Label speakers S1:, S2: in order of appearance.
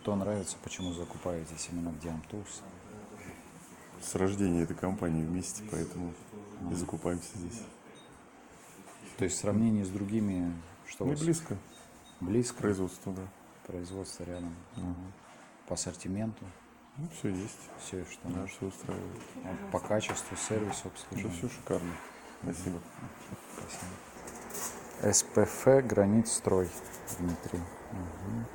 S1: Кто нравится, почему закупаетесь именно в Диамтурс?
S2: С рождения этой компании вместе, поэтому и закупаемся здесь.
S1: То есть в сравнении с другими, что у
S2: Не
S1: вас
S2: близко к
S1: близко,
S2: производству, да.
S1: производство рядом, по ассортименту,
S2: Ну, все есть.
S1: все, что
S2: Да,
S1: нужно,
S2: все устраивает.
S1: Вот по качеству, сервису,
S2: Уже
S1: обслуживанию.
S2: все шикарно. Спасибо.
S1: Спасибо. СПФ «Гранит строй», Дмитрий. Мгм.